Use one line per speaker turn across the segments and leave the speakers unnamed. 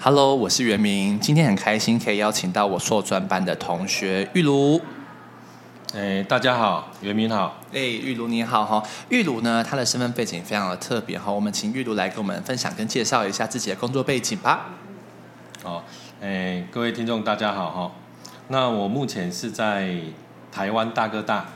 Hello，我是袁明，今天很开心可以邀请到我硕专班的同学玉茹。
哎，大家好，袁明好。
哎，玉茹你好哈，玉茹呢，她的身份背景非常的特别哈，我们请玉茹来跟我们分享跟介绍一下自己的工作背景吧。
哦，哎，各位听众大家好哈、那我目前是在台湾大哥大，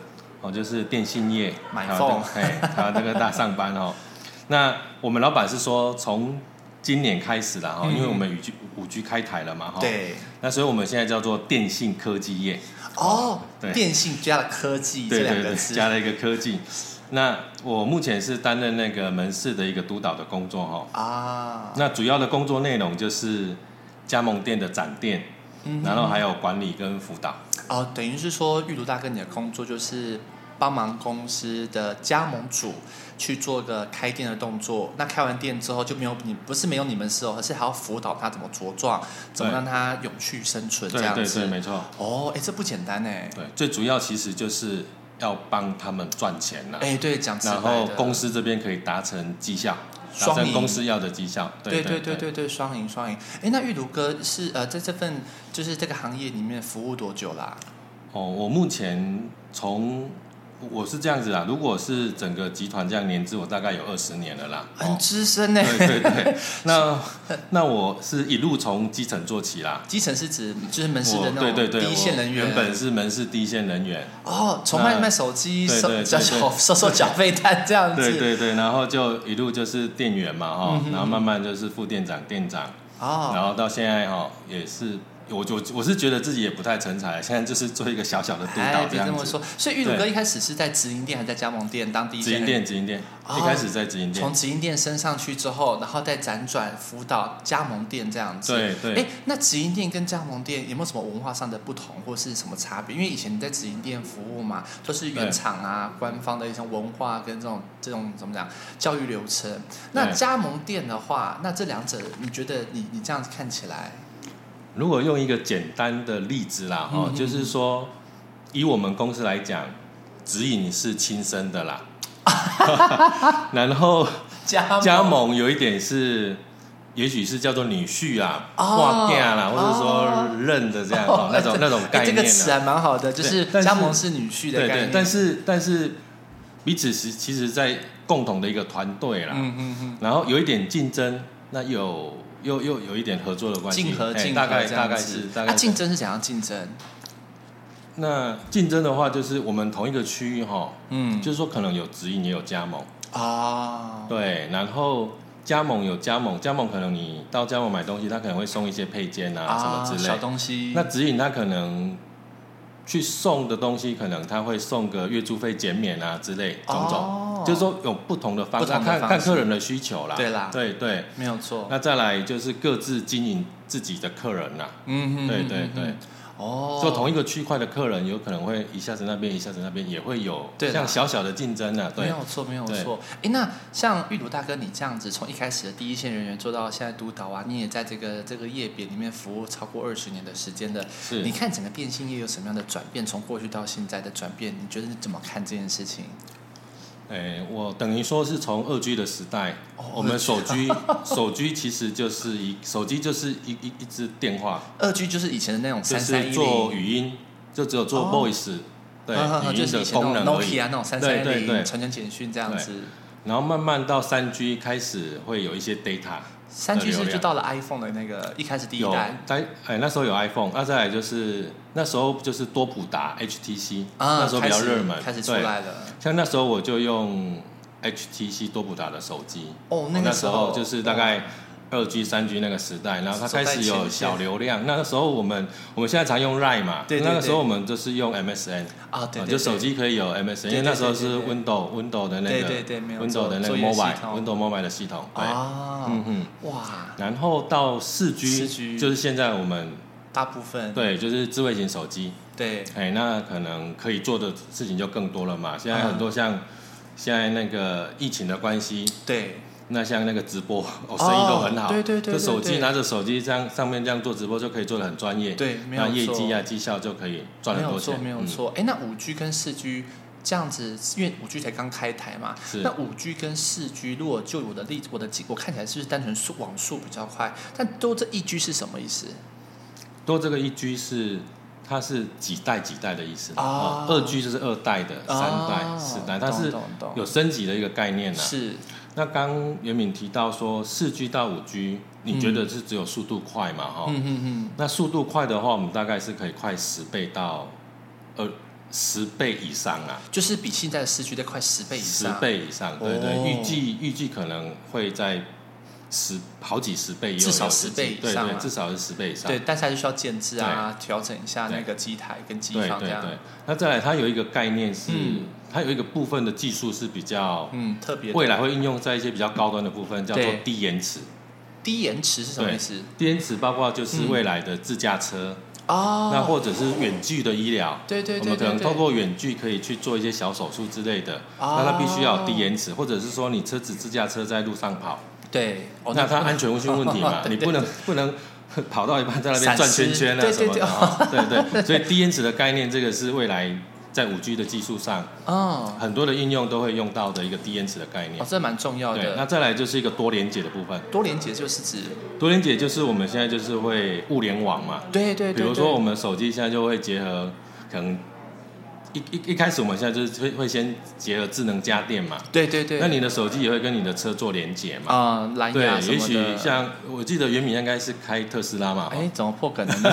哦，就是电信业，
买
台湾
凤
大哎，台湾大哥大上班哦。 那我们老板是说从今年开始了哈、
嗯
因为我们五 G 五 G 开台了嘛哈、，哦
对，
那所以我们现在叫做电信科技业。
哦，
对
电信加了科技这
对
两
对
个
对，
字，
加了一个科技。那我目前是担任那个门市的一个督导的工作哦哈、
啊，
那主要的工作内容就是加盟店的展店，
嗯
然后还有管理跟辅导。
哦，等于是说玉茹大哥你的工作就是帮忙公司的加盟主去做个开店的动作，那开完店之后就没有你不是没有你们事哦，而是还要辅导他怎么茁壮，怎么
对
让他永续生存这
对
样
对
子。
对，没错。
哦，哎，这不简单哎。
对，最主要其实就是要帮他们赚钱呐、
哎，对，讲直白
然后
的，
公司这边可以达成绩效，达
双赢
成公司要的绩效。
对对
对
对对对，双赢双赢。哎，那玉茹哥是呃，在这份就是这个行业里面服务多久啦、
哦，我目前从我是这样子啦，如果是整个集团这样年资，我大概有二十年了啦。
很
哦
资深呢。
对对对，那那我是一路从基层做起啦。
基层是指就是门市
我
的
对
那
对
种
对，
第一线
我
人员，
原本是门市第一线人员，
哦，从卖卖手机
对
收
对
缴
对
缴
对
收收缴费单这样子。
对对对，
嗯
然后就一路就是店员嘛哈、然后慢慢就是副店长、店长，
哦，
然后到现在哈、也是我我我是觉得自己也不太成才，现在就是做一个小小的督导
哎，
这
别这
样
么
子
说。。所以玉鲁哥
对
一开始是在直营店还是在加盟店当第一
直
线
营
人？
店，直营店，
哦
一开始在直营店
从，直营店升上去之后，然后再辗转辅导加盟店这样子。
对对
哎，那直营店跟加盟店有没有什么文化上的不同，或是什么差别？因为以前你在直营店服务嘛，都是原
对
厂啊、官方的一种文化跟这种这种怎么讲教育流程。那
对
加盟店的话，那这两者你觉得你你这样子看起来，
如果用一个简单的例子啦哈、
嗯嗯
就是说以我们公司来讲，直营是亲生 的啦，然后。
加
加盟有一点是，也许是叫做女婿啊、
哦
挂店啦，或者
哦
说认的这样、哦、那种那种概
哎这
念、啊
个词还蛮好的，就是
对但是
加盟是女婿的
对
概
对
念。，
但是但是彼此是其实在共同的一个团队啦，
嗯嗯嗯，
然后有一点竞争，那有又又有一点合作的关系，
竞合
哎
竞合
大概
这
大
样
概
子
是大
啊
概是
竞争是怎样竞争？
那竞争的话，就是我们同一个区域哈，
嗯，
就是说可能有直营也有加盟。
啊，
对，然后加盟有加盟，加盟可能你到加盟买东西，他可能会送一些配件啊什么之类
小。东西。
那指引他可能去送的东西，可能他会送个月租费减免啊之类种种，
哦
就是说有不同的方
不
式，
同的
看
方
看
式
客人的需求啦。
对啦
对对。
没有错，
那再来就是各自经营自己的客人啦，啊
嗯嗯，
对
嗯
对
嗯
对
嗯哦，
就同一个区块的客人，有可能会一下子那边，一下子那边，也会有
对啦
像小小的竞争啊，
没
对。
有错，没有
对
错。哎，那像玉鲁大哥，你这样子从一开始的第一线人员做到现在督导啊，你也在这个这个业别里面服务超过二十年的时间的，
是
你看整个电信业有什么样的转变？从过去到现在的转变，你觉得你怎么看这件事情？
诶，哎我等于说是从二 G 的时代，
哦
我们手机 手机其实就是一手机就是一一一只电话，
二 G 就是以前的那种
就
三三
是
一
做
零，
语音，就只有做
哦
voice，、对
呵呵呵嗯
语
就
音
是以
的
前
功
那
能
种
而已
Nokia 那种三
对
三
对
零
对，
传真简讯这样子。
然后慢慢到三 G 开始会有一些 data，
三 G 是
流
就
量
到了 iPhone 的那个一开始第一
有
代
在哎那时候有 iPhone，那、再来就是那时候就是多普达 HTC，、
啊，
那时候比较
开始
热门，
开始出
对
来了。
像那时候我就用 HTC 多普达的手机，
哦那个时
时
候
候就是大概二 G、三 G 那个时代，然后它开始有小流量。那个时候我们我们现在常用 Line 嘛，
对对
那个时候我们就是用 MSN，
啊，对对
呃就手
对
机可以有 MSN，
对
因为那时候是
对对
Window Window 的那
对
个
对对没有错
Window 的那
作
个
业系统
Mobile Window Mobile 的系统，对，
啊，
嗯嗯。
哇，
然后到四 G，
4G
就是现在我们
大部分
对，就是智慧型手机，
对
哎，那可能可以做的事情就更多了嘛。现在很多
嗯
像、现在那个疫情的关系，
对
那像那个直播，哦，生意都很好。
对对对对
就手
对
机拿着手机这样上面这样做直播，就可以做的很专业。
对没有
那业
错
绩啊绩效就可以赚
没
很
有
多
错
钱。
没有
嗯
错。哎，那五 G 跟四 G 这样子，因为五 G 才刚开台嘛，
嗯是
那五 G 跟四 G，如果就我的例子，我的记我看起来是不是单纯速网速比较快？但多这一 G 是什么意思？
多这个一 G 是它是几代几代的意思
啊
二 G 就是二代的、三代、四代，它是
哦懂懂懂
有升级的一个概念呐、
是
那刚袁敏提到说四 G 到五 G，你觉得是只有速度快嘛？哈、
嗯嗯嗯，
那速度快的话，我们大概是可以快十倍到呃十倍以上啊，
就是比现在的四 G 再快十倍以
十
上，
倍以上，对对，
哦
预计预计可能会在十好几十倍也有，
至少
有自己
10倍以
对
上啊
对，至少是十倍以上。
对，但是还是需要建制啊，调整一下
对
那个机台跟机
对
房这
对
样，
对，那再来，它有一个概念是，
嗯
它有一个部分的技术是比较
嗯，特别
未来会应用在一些比较高端的部分，叫做
对
低延迟。
低延迟是什么意思？
低延迟包括就是
嗯
未来的自驾车，
哦，
那或者是远距的医疗。
对对
我
对
们可
对
能透
对，
过远距可以去做一些小手术之类的，
哦
那它必须要有低延迟，或者是说你车子自驾车在路上跑，
对，哦
那它安全性问题 嘛，你不能不能 跑到一半在那边
闪
转
失
圈圈啊
对
什么
对
的啊，对 对，所以低延迟的概念，这个是未来在五 G 的技术上
哦，
很多的应用都会用到的一个低延迟的概念
哦，。这蛮重要
对，那
的。
再来就是一个多连接的部分，
多连接就是指，
多连接就是我们现在就是会物联网嘛，
对对对，
比如
对
说我们手机现在就会结合，可能一一一开始我们现在就是会会先结合智能家电嘛，
对对对，
那你的手机也会跟你的车做连接嘛。
啊、蓝
对
牙，什
也
么的
许像我记得袁敏应该是开特斯拉嘛，
哎，怎么破梗了呢？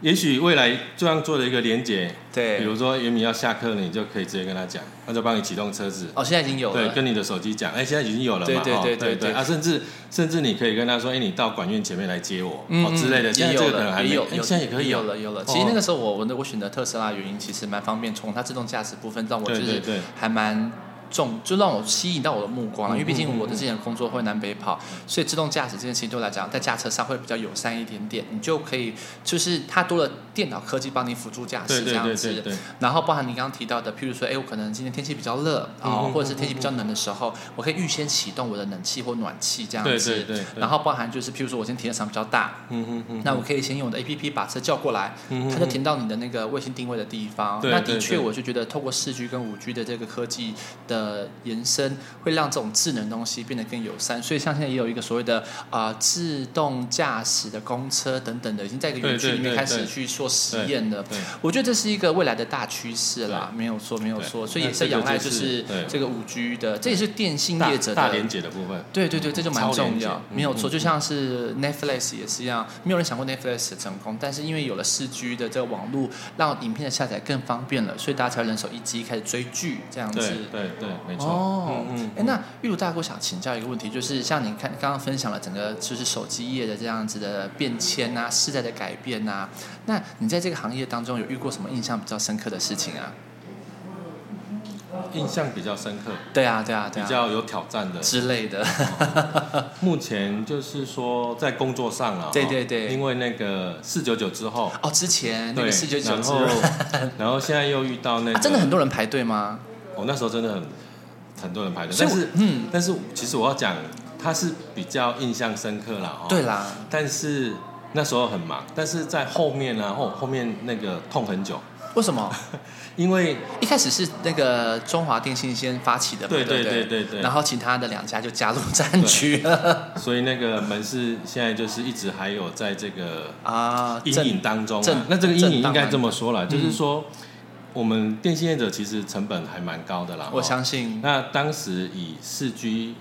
也许未来这样做的一个连接，
对，
比如说袁敏要下课了，你就可以直接跟他讲，他就帮你启动车子，
哦，现在已经有了，
对，跟你的手机讲，哎，现在已经有了嘛，
对对
哦
对对
对
对
啊，甚至甚至你可以跟他说，哎，你到管院前面来接我，
嗯
哦之类的，
嗯
现在
也
这
有
个可能
了，
还没
也有
哎，
有
现在也可以
有
有
了，有了。
哦
其实那个时候我我的我选择特斯拉的原因其实蛮方便，从它自动驾驶部分让我就
对对
是
对，
还蛮重，就让我吸引到我的目光了。
嗯
因为毕竟
嗯
我的之前的工作会南北跑，所以自动驾驶这件事情对我来讲，在驾车上会比较友善一点点。你就可以，就是它多了电脑科技帮你辅助驾
对
驶这
对
样
对
子
对，对，
然后包含你刚刚提到的，譬如说，哎，我可能今天天气比较热啊、
嗯嗯
或者是天气比较冷的时候，我可以预先启动我的冷气或暖气这样
对
子。
对对，对
然后包含就是，譬如说我今天停车场比较大，
嗯嗯嗯，
那我可以先用我的 APP 把车叫过来，
嗯
它就停到你的那个卫星定位的地方。
对
那
对
的确，
对
我就觉得透过四 G 跟五 G 的这个科技的延伸，会让这种智能东西变得更友善。所以像现在也有一个所谓的啊、呃自动驾驶的公车等等的，已经在一个园区
对对
里面
对
开始
对
去做实验了。
对，
我觉得这是一个未来的大趋势啦，没有错，没有错，
对
所以也是
那这个
仰赖
就
就是是
对
这个五 G 的，这也是电信
大
业者
大
的
连接的部分，
对对对，这就蛮
超连
重
接
要，
嗯
没有错。
嗯
就像是 Netflix 也是一样，没有人想过 Netflix 的成功，但是因为有了四 G 的这个网络，让影片的下载更方便了，所以大家才人手一机开始追剧这样
对
子。
对对，没错，
哦，
嗯嗯
哎、那玉茹大哥想请教一个问题，就是像你看刚刚分享了整个就是手机业的这样子的变迁啊，世代的改变啊，那你在这个行业当中有遇过什么印象比较深刻的事情啊？
印象比较深刻，
对啊，对啊，对
比
啊，
较有挑战的，
之类的，哦
目前就是说在工作上啊，
对对对
因为那个四九九之后，
哦，之前那
对
个四九，九
然
之
后
后，
然后 现在又遇到那
啊，
个，
真的很，多人排队吗？
我那时候真的很很多人排队，
所以
但
我
是
嗯，
但是其实我要讲，他是比较印象深刻啦，哦，
对，啦，
但是那时候很忙，但是在后面呢、啊，哦，后面那个痛很久，
为什么
因为
一开始是那个中华电信先发起的嘛？
对
对
对
不
对对对，
然后其他的两家就加入战局了
所以那个门市现在就是一直还有在这个
啊，
阴
正
影当中、
正
啊。那这个阴影
正当
应
然
该这么说啦，就是
嗯
说我们电信业者其实成本还蛮高的啦。
我
哦
相信
那当时以四 G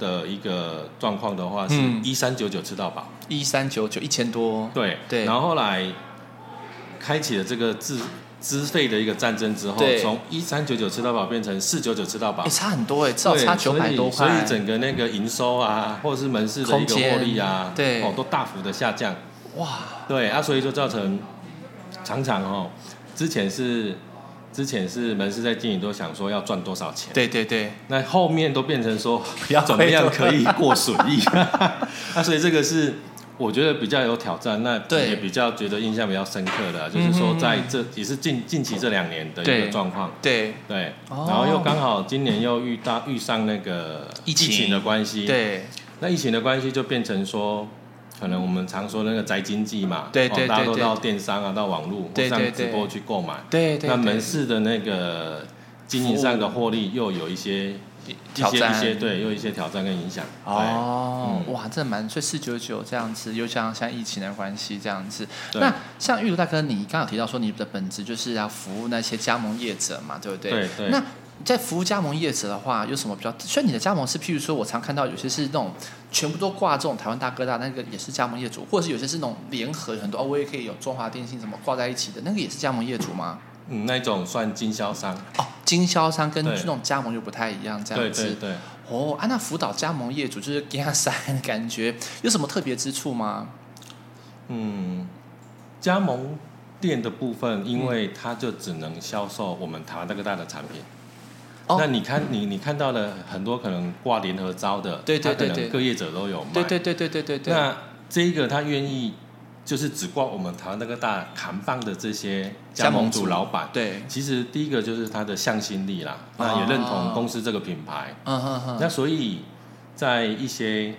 的一个状况的话，是
嗯
一三九九吃到饱。
一三九九一千多，
对
对
然后后来开启了这个资资费的一个战争之后
对，
从一三九九吃到饱变成四九九吃到饱
也。差很多哎，至少
啊对
差九百多
所以，所
块
以。整个那个营收啊，或者是门市的一
空
个
间
获利啊，
对
哦，都大幅的下降。
哇，
对啊，所以就造成常常哦，之前是之前是门市在经营都想说要赚多少钱，
对对对，
那后面都变成说
不要
怎么样
亏多
可以过损 益，那所以这个是我觉得比较有挑战，那
对
也比较觉得印象比较深刻的啊，就
嗯
是
哼
说
嗯
在
哼
这也是近近期这两年的一
对
个状况。
对
对，
哦
然后又刚好今年又遇到遇上那个
疫
疫
情
情的关系，
对，
那疫情的关系就变成说，可能我们常说那个宅经济嘛，
对对
哦，大家
对
都
对
到电商啊，到网络或
对
上
对
直
对
播去购买，
对对
那门
对，
市的那个经营上的获利又有一些一
挑
些
战
一些对，又有一些挑战跟影响。
哦，
嗯
哇，这蛮所以四九九这样子，又加上像疫情的关系这样子。
对
那像玉如大哥，你刚刚有提到说你的本职就是要服务那些加盟业者嘛，对不对？
对对对
那在服务加盟业者的话，有什么比较？虽然你的加盟是，譬如说我常看到有些是那种全部都挂这种台湾大哥大，那个也是加盟业主，或者是有些是那种联合很多哦，我也可以有中华电信什么挂在一起的，那个也是加盟业主吗？
嗯，那一种算经销商，
哦，经销商跟
对
那种加盟就不太一样，这
对
样子。
对对。
哦，啊，那辅导加盟业主就是给他塞的感觉，有什么特别之处吗？
嗯，加盟店的部分，因为它就只能销售我们台湾大哥大的产品。
哦
那你看，你你看到的很多可能挂联合招的，
对对
它可能
对对
各业者都有卖。
对对对对对对对。
那这一个他愿意就是只挂我们台湾大哥大扛棒的这些加
加盟
盟主
主
老板，
对，啊
其实第一个就是他的向心力啦，那也认同公司这个品牌。
嗯哼哼，
那所以在一些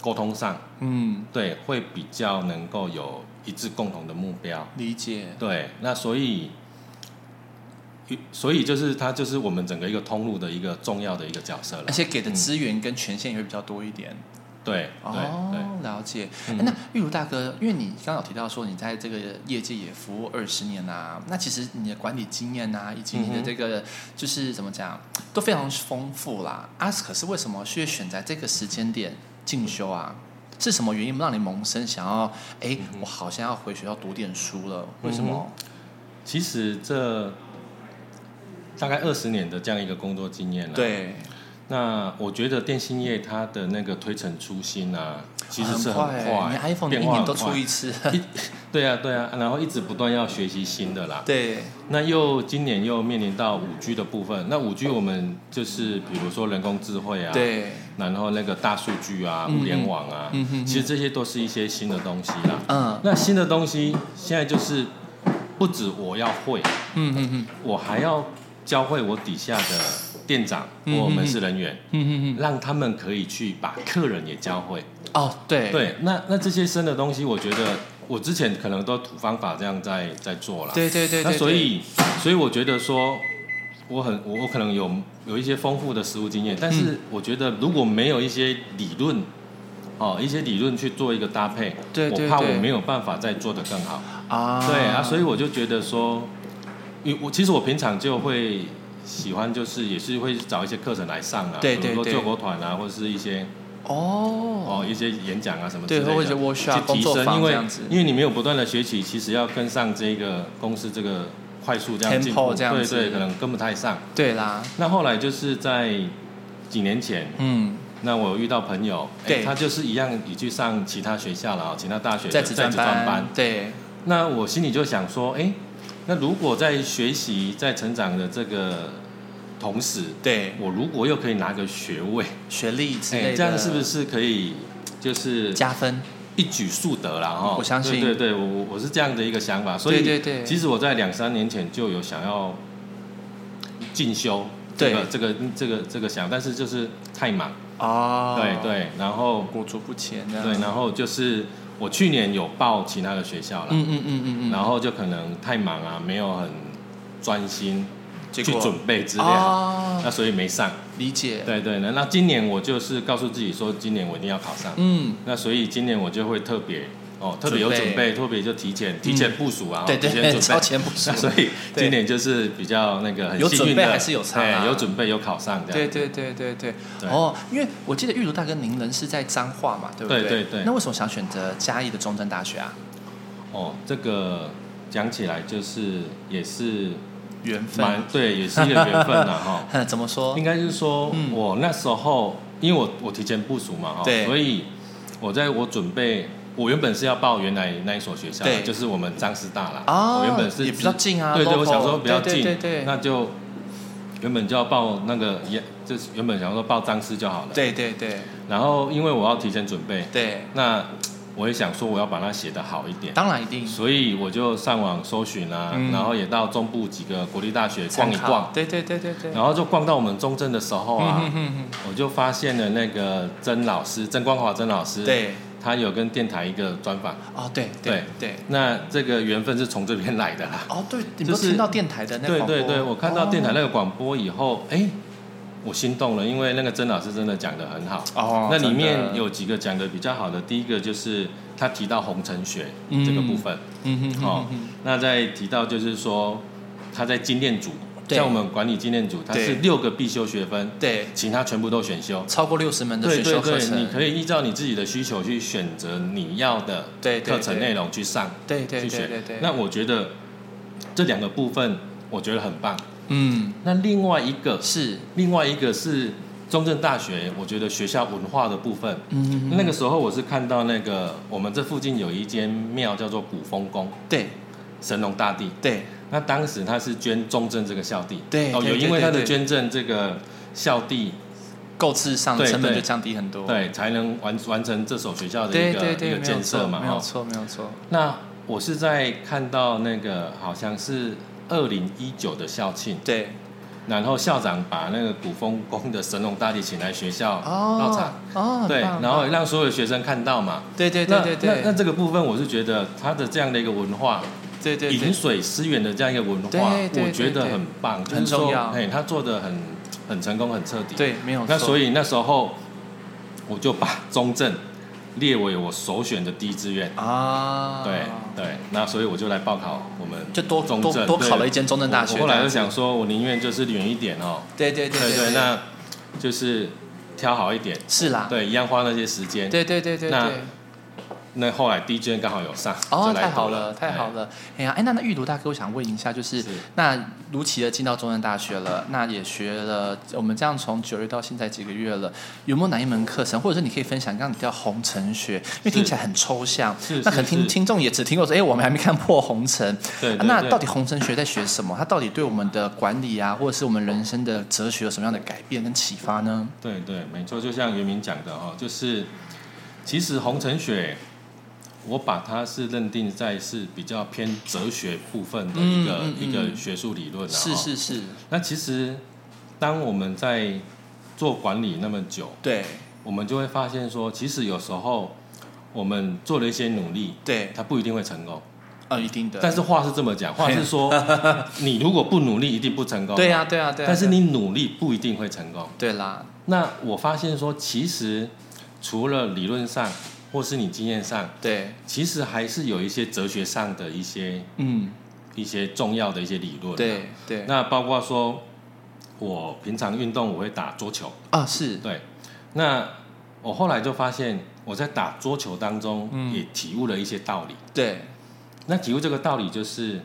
沟通上，
嗯，
对，会比较能够有一致共同的目标。
理解，
对，那所以，所以就是它就是我们整个一个通路的一个重要的一个角色了
而。且给的资源跟权限也会比较多一点。
对对对，
哦，了解。
嗯
哎那玉如大哥，因为你刚刚有提到说你在这个业界也服务二十年啊，那其实你的管理经验啊，以及你的
嗯哼
这个、就是怎么讲，都非常丰富啦。啊，可是为什么需要选在这个时间点进修啊？是什么原因让你萌生想要？
嗯
哎，我好像要回学校读点书了，为什么？
其实这大概二十年的这样一个工作经验了、，
对，
那我觉得电信业它的那个推陈出新啊，其实是
很
快，
你 iPhone 一
变化
年
很
都出
快
一 次，
对啊对啊，然后一直不断要学习新的啦。
对，
那又今年又面临到五 G 的部分，那五 G 我们就是比如说人工智慧啊，，
对，
然后那个大数据啊，
嗯
物联网啊，
嗯哼哼
其实这些都是一些新的东西啦。
嗯，
那新的东西现在就是不止我要会，
嗯嗯嗯，
我还要教会我底下的店长
嗯
或
哼哼
门市人员，
嗯嗯嗯，
让他们可以去把客人也教会。
哦，对，，
对，那那这些新的东西，我觉得我之前可能都土方法这样在在做啦。
对对对对，
那所
对
以，所以我觉得说，我很我我可能有有一些丰富的实务经验，但
嗯
是我觉得如果没有一些理论，哦，一些理论去做一个搭配，
对对
我怕
对
我没有办法再做得更好。
啊，
对啊，所以我就觉得说，因为我其实我平常就会喜欢，就是也是会找一些课程来上啊，
对
比
对
如说
对
救国团啊，或者是一些
哦，
哦一些演讲啊什么之
对
类的，
或者一些 workshop
去
工
提
作
升，
坊
因为
这样子
因为你没有不断的学习，其实要跟上这个公司这个快速这样进
Tempo
步，
这样
对
子
对，可能跟不太上。
对啦，
那后来就是在几年前，
嗯，
那我有遇到朋友，哎
对
他就是一样也去上其他学校了啊，其他大学的
在职专
专班。
对，
那我心里就想说，哎，那如果在学习在成长的这个同时，
对，
我如果又可以拿个学位，
学历之类
哎，
的，
这样是不是可以就是
加分？
一举数得了哈。
我相信
对对对，我我我是这样的一个想法，所以
对对对
其实我在两三年前就有想要进修这
对
个这个这个这个想，但是就是太忙，
哦，嗯
对，对，然后
裹足不前这样，
对，然后就是我去年有报其他的学校了，
嗯嗯嗯嗯嗯，
然后就可能太忙啊，没有很专心
嗯结
去
果
准备资料。
哦，
那所以没上，
理解，
对对，那那今年我就是告诉自己说，今年我一定要考上。
嗯，
那所以今年我就会特别哦，特别有准
准
备，
备嗯
特别就提前提前部署啊，
对对
提前
对，
准
超
备。
前部署
那， 所以
对
今年就是比较那个很
有
幸运
准备
的，
还是有差啊
哎有准备有考上这
对
样。
对对对对，
对
哦，因为我记得玉如大哥您人是在彰化嘛，对不
对对对
那为什么想选择嘉义的中正大学啊？
哦，这个讲起来就是也是
缘分
蛮，对，也是一个缘分啦哈。
哼 怎么说
应？该是说
嗯
我那时候，因为我我提前部署嘛哈，
对
所以我在我准备。我原本是要报原来那一所学校
对，
就是我们张师大啦。
哦
我原本是
也比较近啊
对对，
local
我想说比较
对
近，
对对对
那就原本就要报那个也，就是原本想说报张师就好了。。
对对对
然后因为我要提前准备，
对，
那我也想说我要把它写得好一点，
当然一定
所以我就上网搜寻啊，
嗯
然后也到中部几个国立大学逛
参
一
考
逛，
对对对对对。
然后就逛到我们中正的时候啊，
嗯哼哼哼
我就发现了那个曾老师，曾光华曾老师，
对，
他有跟电台一个专访，
哦，对对对，
那这个缘分是从这边来的啦。
哦对，你
就
都
是
听到电台 的那
对
广
对
播
对，我看到电台
哦
那个广播以后，哎、我心动了，因为那个曾老师真的讲得很好。
哦，
那里
真的
面有几个讲得比较好的，第一个就是他提到红尘学
嗯
这个部分，
嗯哼哼
哦
哼哼
那再提到就是说他在精炼组，
对
像我们管理精炼组，它
对
是六个必修学分，
对，
其他全部都选修。
超过六十门的
对
选
对
修课
对，你
程，
可以依照你自己的需求去选择你要的
对对
课程内容去上
对对
去
对
选
对对，
那我觉得这两个部分我觉得很棒。
嗯
那另外一个
是
另外一个是中正大学，我觉得学校文化的部分。
嗯
那个时候我是看到那个我们这附近有一间庙叫做古风宫
对
神农大帝，
对
那当时他是捐中正这个校地，
对
哦，
对
有
对
因
对
为他的
对
捐赠这个校地，
购置上的
对
成本就
对
降低很多，
对，才能完完成这所学校的
对
一个
对对，
一个
没有
建设
错，
嘛，
没有
哦
错，没有错，
那我是在看到那个好像是二零一九的校庆，
对
然后校长把那个古风宫的神农大帝请来学校到
哦
场，
哦，
对，
很棒
然后
很棒
让所有学生看到嘛。
对对对对
那那那
对
这个部分，我是觉得他的这样的一个文化，
对对
饮
对，
水思源的这样一个文化
对，对
我觉
对
得
对
很棒，就是
很重
说
要
嘿，他做的很很成功，很彻底。，
对没有错，
哦那所以那时候我就把中正列为我首选的第一志愿。
啊，
对对，那所以我就来报考我们
就多
中
多
正
多
对
考了一间中正大学
我我后
这
来就
样子
想说，我宁愿就是远一点哦。
对对对
对对，那就是挑好一点，
是啦，
对，一样花那些时间。
对对对对
那
对。
那后来第一志愿刚好有上，
哦，
就来
太好
读
了，太好。了！哎呀，哎，那那玉如大哥，我想问一下，就是
是
那卢奇的进到中山大学了，那也学了，我们这样从九月到现在几个月了，有没有哪一门课程，或者是你可以分享，刚刚你叫红尘学，因为听起来很抽象
是，
那可能
是
听
是
听众也只听过说，哎，我们还没看破红尘，
对，对
啊那
对
到底红尘学在学什么？它到底对我们的管理啊，或者是我们人生的哲学有什么样的改变跟启发呢？
对对，没错，就像袁明讲的哈、哦，就是其实红尘雪，我把它是认定在是比较偏哲学部分的一个、
嗯嗯嗯
一个学术理论、啊。
是。是是，
那其实当我们在做管理那么久，
对
我们就会发现说，其实有时候我们做了一些努力，
对，
它不一定会成功。
呃，一定的，
但是话是这么讲，话是说 你如果不努力，一定不成功。
对呀对呀对呀，
但是
对啊
你努力不一定会成功。
对啦，
那我发现说，其实除了理论上或是你经验上，
对，
其实还是有一些哲学上的一些
嗯。
一些重要的一些理论。，啊
对对，
那包括说，我平常运动我会打桌球，
啊是，
对。那我后来就发现，我在打桌球当中
嗯
也体悟了一些道理。
对
那体悟这个道理就是，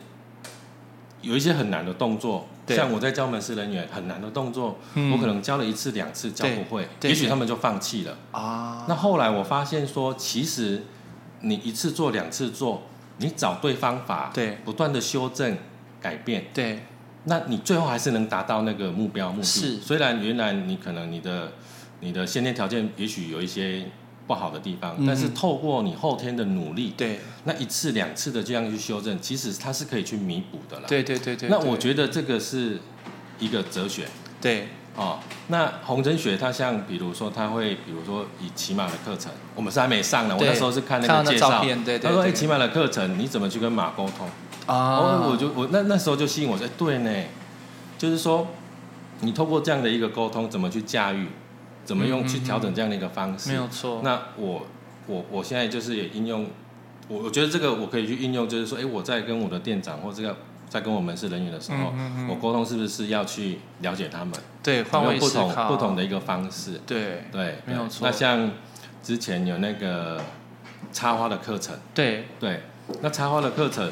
有一些很难的动作，
对
像我在教门市人员很难的动作，
嗯
我可能教了一次两次教不会，
对
也许他们就放弃了。
啊，
那后来我发现说，其实你一次做两次做，你找对方法，
对
不断的修正改变，
对
那你最后还是能达到那个目标目的。
是
虽然原来你可能你的你的先天条件也许有一些不好的地方，
嗯
但是透过你后天的努力，
对
那一次两次的这样去修正，其实它是可以去弥补的啦。，
对对对对，
那我
得
觉得这个是一个哲学
对
哦。那红真学它像比如说，它会比如说以骑马的课程，我们是还没上呢，我
对
那时候是看
看到
那个
那
介
照
绍，
片对对
他说
对
哎，骑马的课程你怎么去跟马沟通？
啊，
哦，我就我那那时候就吸引我说，哎对呢，就是说你透过这样的一个沟通，怎么去驾驭，怎
嗯
么
嗯
用去
嗯
调整这样的一个方式，
没有错，
那我我我现在就是也应用，我我觉得这个我可以去应用，就是说，哎，我在跟我的店长或这个在跟我们是人员的时候，
嗯嗯嗯
我沟通是不是要去了解他们，
对换
用
位
不
思
同
考，
不同的一个方式，
对
对，
没有
对
错
那像之前有那个插花的课程，
对
对，那插花的课程。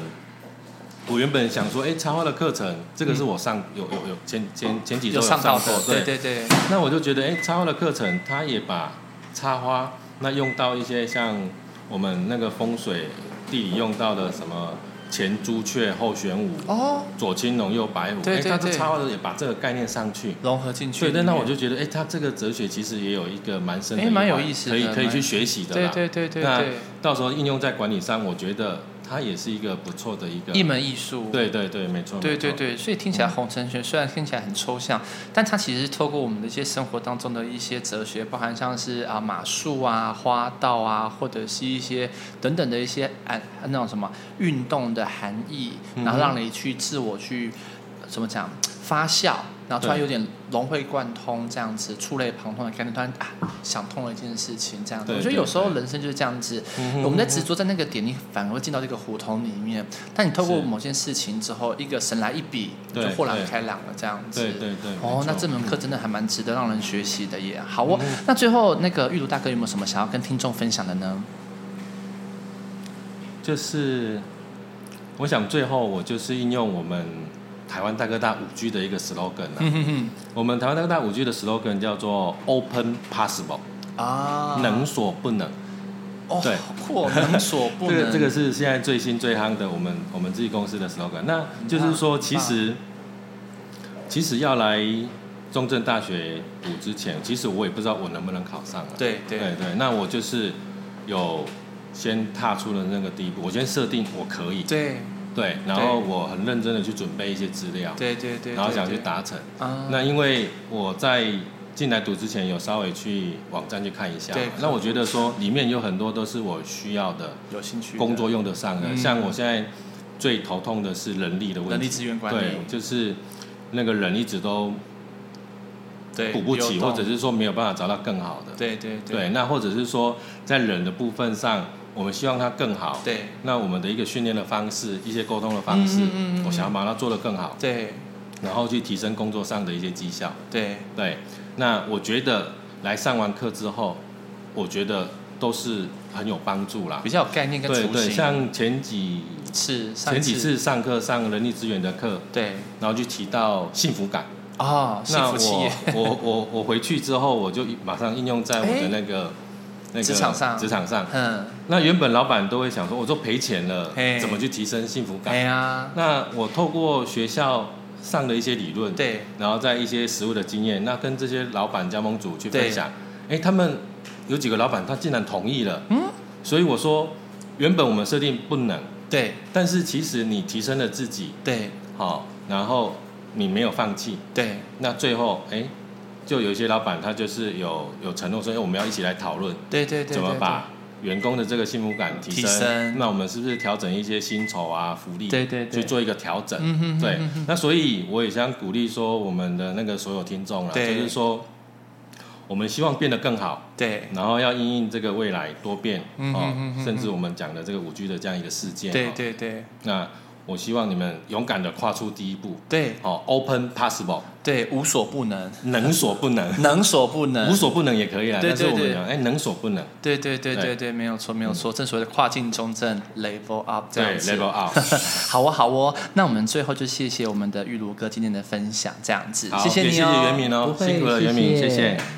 我原本想说，哎、插花的课程，这个是我上、有有有前前前几
有
周
上到
过
的，，对对对
那我就觉得，哎、插花的课程，它也把插花那用到一些像我们那个风水地理用到的什么前朱雀后玄武，
哦，
左青龙右白虎，
对
哎
对
它这
对
插花的也把这个概念上去。
融合进去
所
里
以，
面，
那那我就觉得，哎、它这个哲学其实也有一个蛮深的
哎嗯
一环，
蛮有意思的
可以可以
蛮
去学习的
对
啦。
对对对
那
对
到时候应用在管理上，我觉得它也是一个不错的一个
一门艺术。
对对对，没错。嗯
对对
没错，
对，所以听起来红尘学虽然听起来很抽象，但它其实透过我们的一些生活当中的一些哲学，包含像是啊马术啊、花道啊，或者是一些等等的一些啊那种什么运动的含义，
嗯哼
然后让你去自我去呃怎么讲发酵，然后突然
对
有点融会贯通这样子，触类旁通的概念，突然啊想通了一件事情这样子。
对
我觉得
对
有时候
对
人生就是这样子，
嗯哼
我们在
嗯哼
执着在那个点，你反而会进到这个胡同里面。但你透过
是
某件事情之后，一个神来一笔，就
对
豁然
对
开朗了，这样子。
对对对。没
哦
错，
那这门课真的还蛮值得让人学习的耶。好哦，
嗯
那最后那个玉如大哥有没有什么想要跟听众分享的呢？
就是，我想最后我就是应用我们台湾大哥大五 G 的一个 slogan 啊，
嗯哼
我们台湾大哥大五 G 的 slogan 叫做 Open Possible，、
哼，啊，
能所不能。
哦，
对
好酷 哦，能所不
这
能。
个这个是现在最新最夯的，我们我们自己公司的 slogan。那就是说，
很棒
其实其实要来中正大学读之前，其实我也不知道我能不能考上啊。
对对
对对，那我就是有先踏出了那个第一步，我先设定我可以，
对
对，然后我很认真的去准备一些资料，
对对对，
然后
对
想去
对
达成。
啊，
那因为我在进来读之前有稍微去网站去看一下
对，
那我觉得说里面有很多都是我需要的
有兴趣的
工作用得上的，
嗯
像我现在最头痛的是人力的问
人力
题，
资源管
对
理，，
就是那个人一直都
对
补不起，
流动
或者是说没有办法找到更好的，
对对
对，那或者是说在人的部分上，我们希望它更好，
对
那我们的一个训练的方式，一些沟通的方式，
嗯嗯嗯嗯
我想要把它做得更好，
对
然后去提升工作上的一些绩效。
对
对，那我觉得来上完课之后，我觉得都是很有帮助啦
比。较有概念跟
对
雏
对，
形。
像前几
是上
前几次上课上人力资源的课，
对
然后就提到幸福感。
哦，幸
那
福企
我
业
我我我回去之后，我就马上应用在我的
哎
那个、那个
职场上
职场上。
嗯，
那原本老板都会想说，我都赔钱了
嘿，
怎么去提升幸福感
哎？呀，
那我透过学校上的一些理论，
对，
然后在一些实务的经验，那跟这些老板加盟主去
对
分享，哎，他们有几个老板他竟然同意了，嗯，所以我说原本我们设定不能，
对
但是其实你提升了自己，
对
好、然后你没有放弃，
对
那最后哎，诶就有一些老板他就是有有承诺说，哎，我们要一起来讨论
对对对，
怎么
对
把。员工的这个幸福感提升，
提升
那我们是不是调整一些薪酬啊、福利，
对对对
去做一个调整？
嗯哼，
对
嗯哼，
那所以我也想鼓励说我们的那个所有听众啊啦，就
对
是说我们希望变得更好，
对
然后要因应这个未来多变
嗯
哦
嗯嗯嗯，
甚至我们讲的这个五 G 的这样一个事件，
对
哦。
对对
那我希望你们勇敢的跨出第一步，
对
哦，open possible，
对，无所不能，
能所不能，
能所不能，
无所不能也可以啦。
嗯对
但是
对
我们
对
讲，哎，能所不能，
对对对对
对嗯
对，没有错没有错，正所谓的跨境中正 level up 这
对
样子。
，level up，
好哦，好哦，那我们最后就谢谢我们的玉如哥今天的分享，这样子，
好，
谢
也
你
谢
哦，
袁明哦，
不会
辛苦了袁明，
谢
谢谢。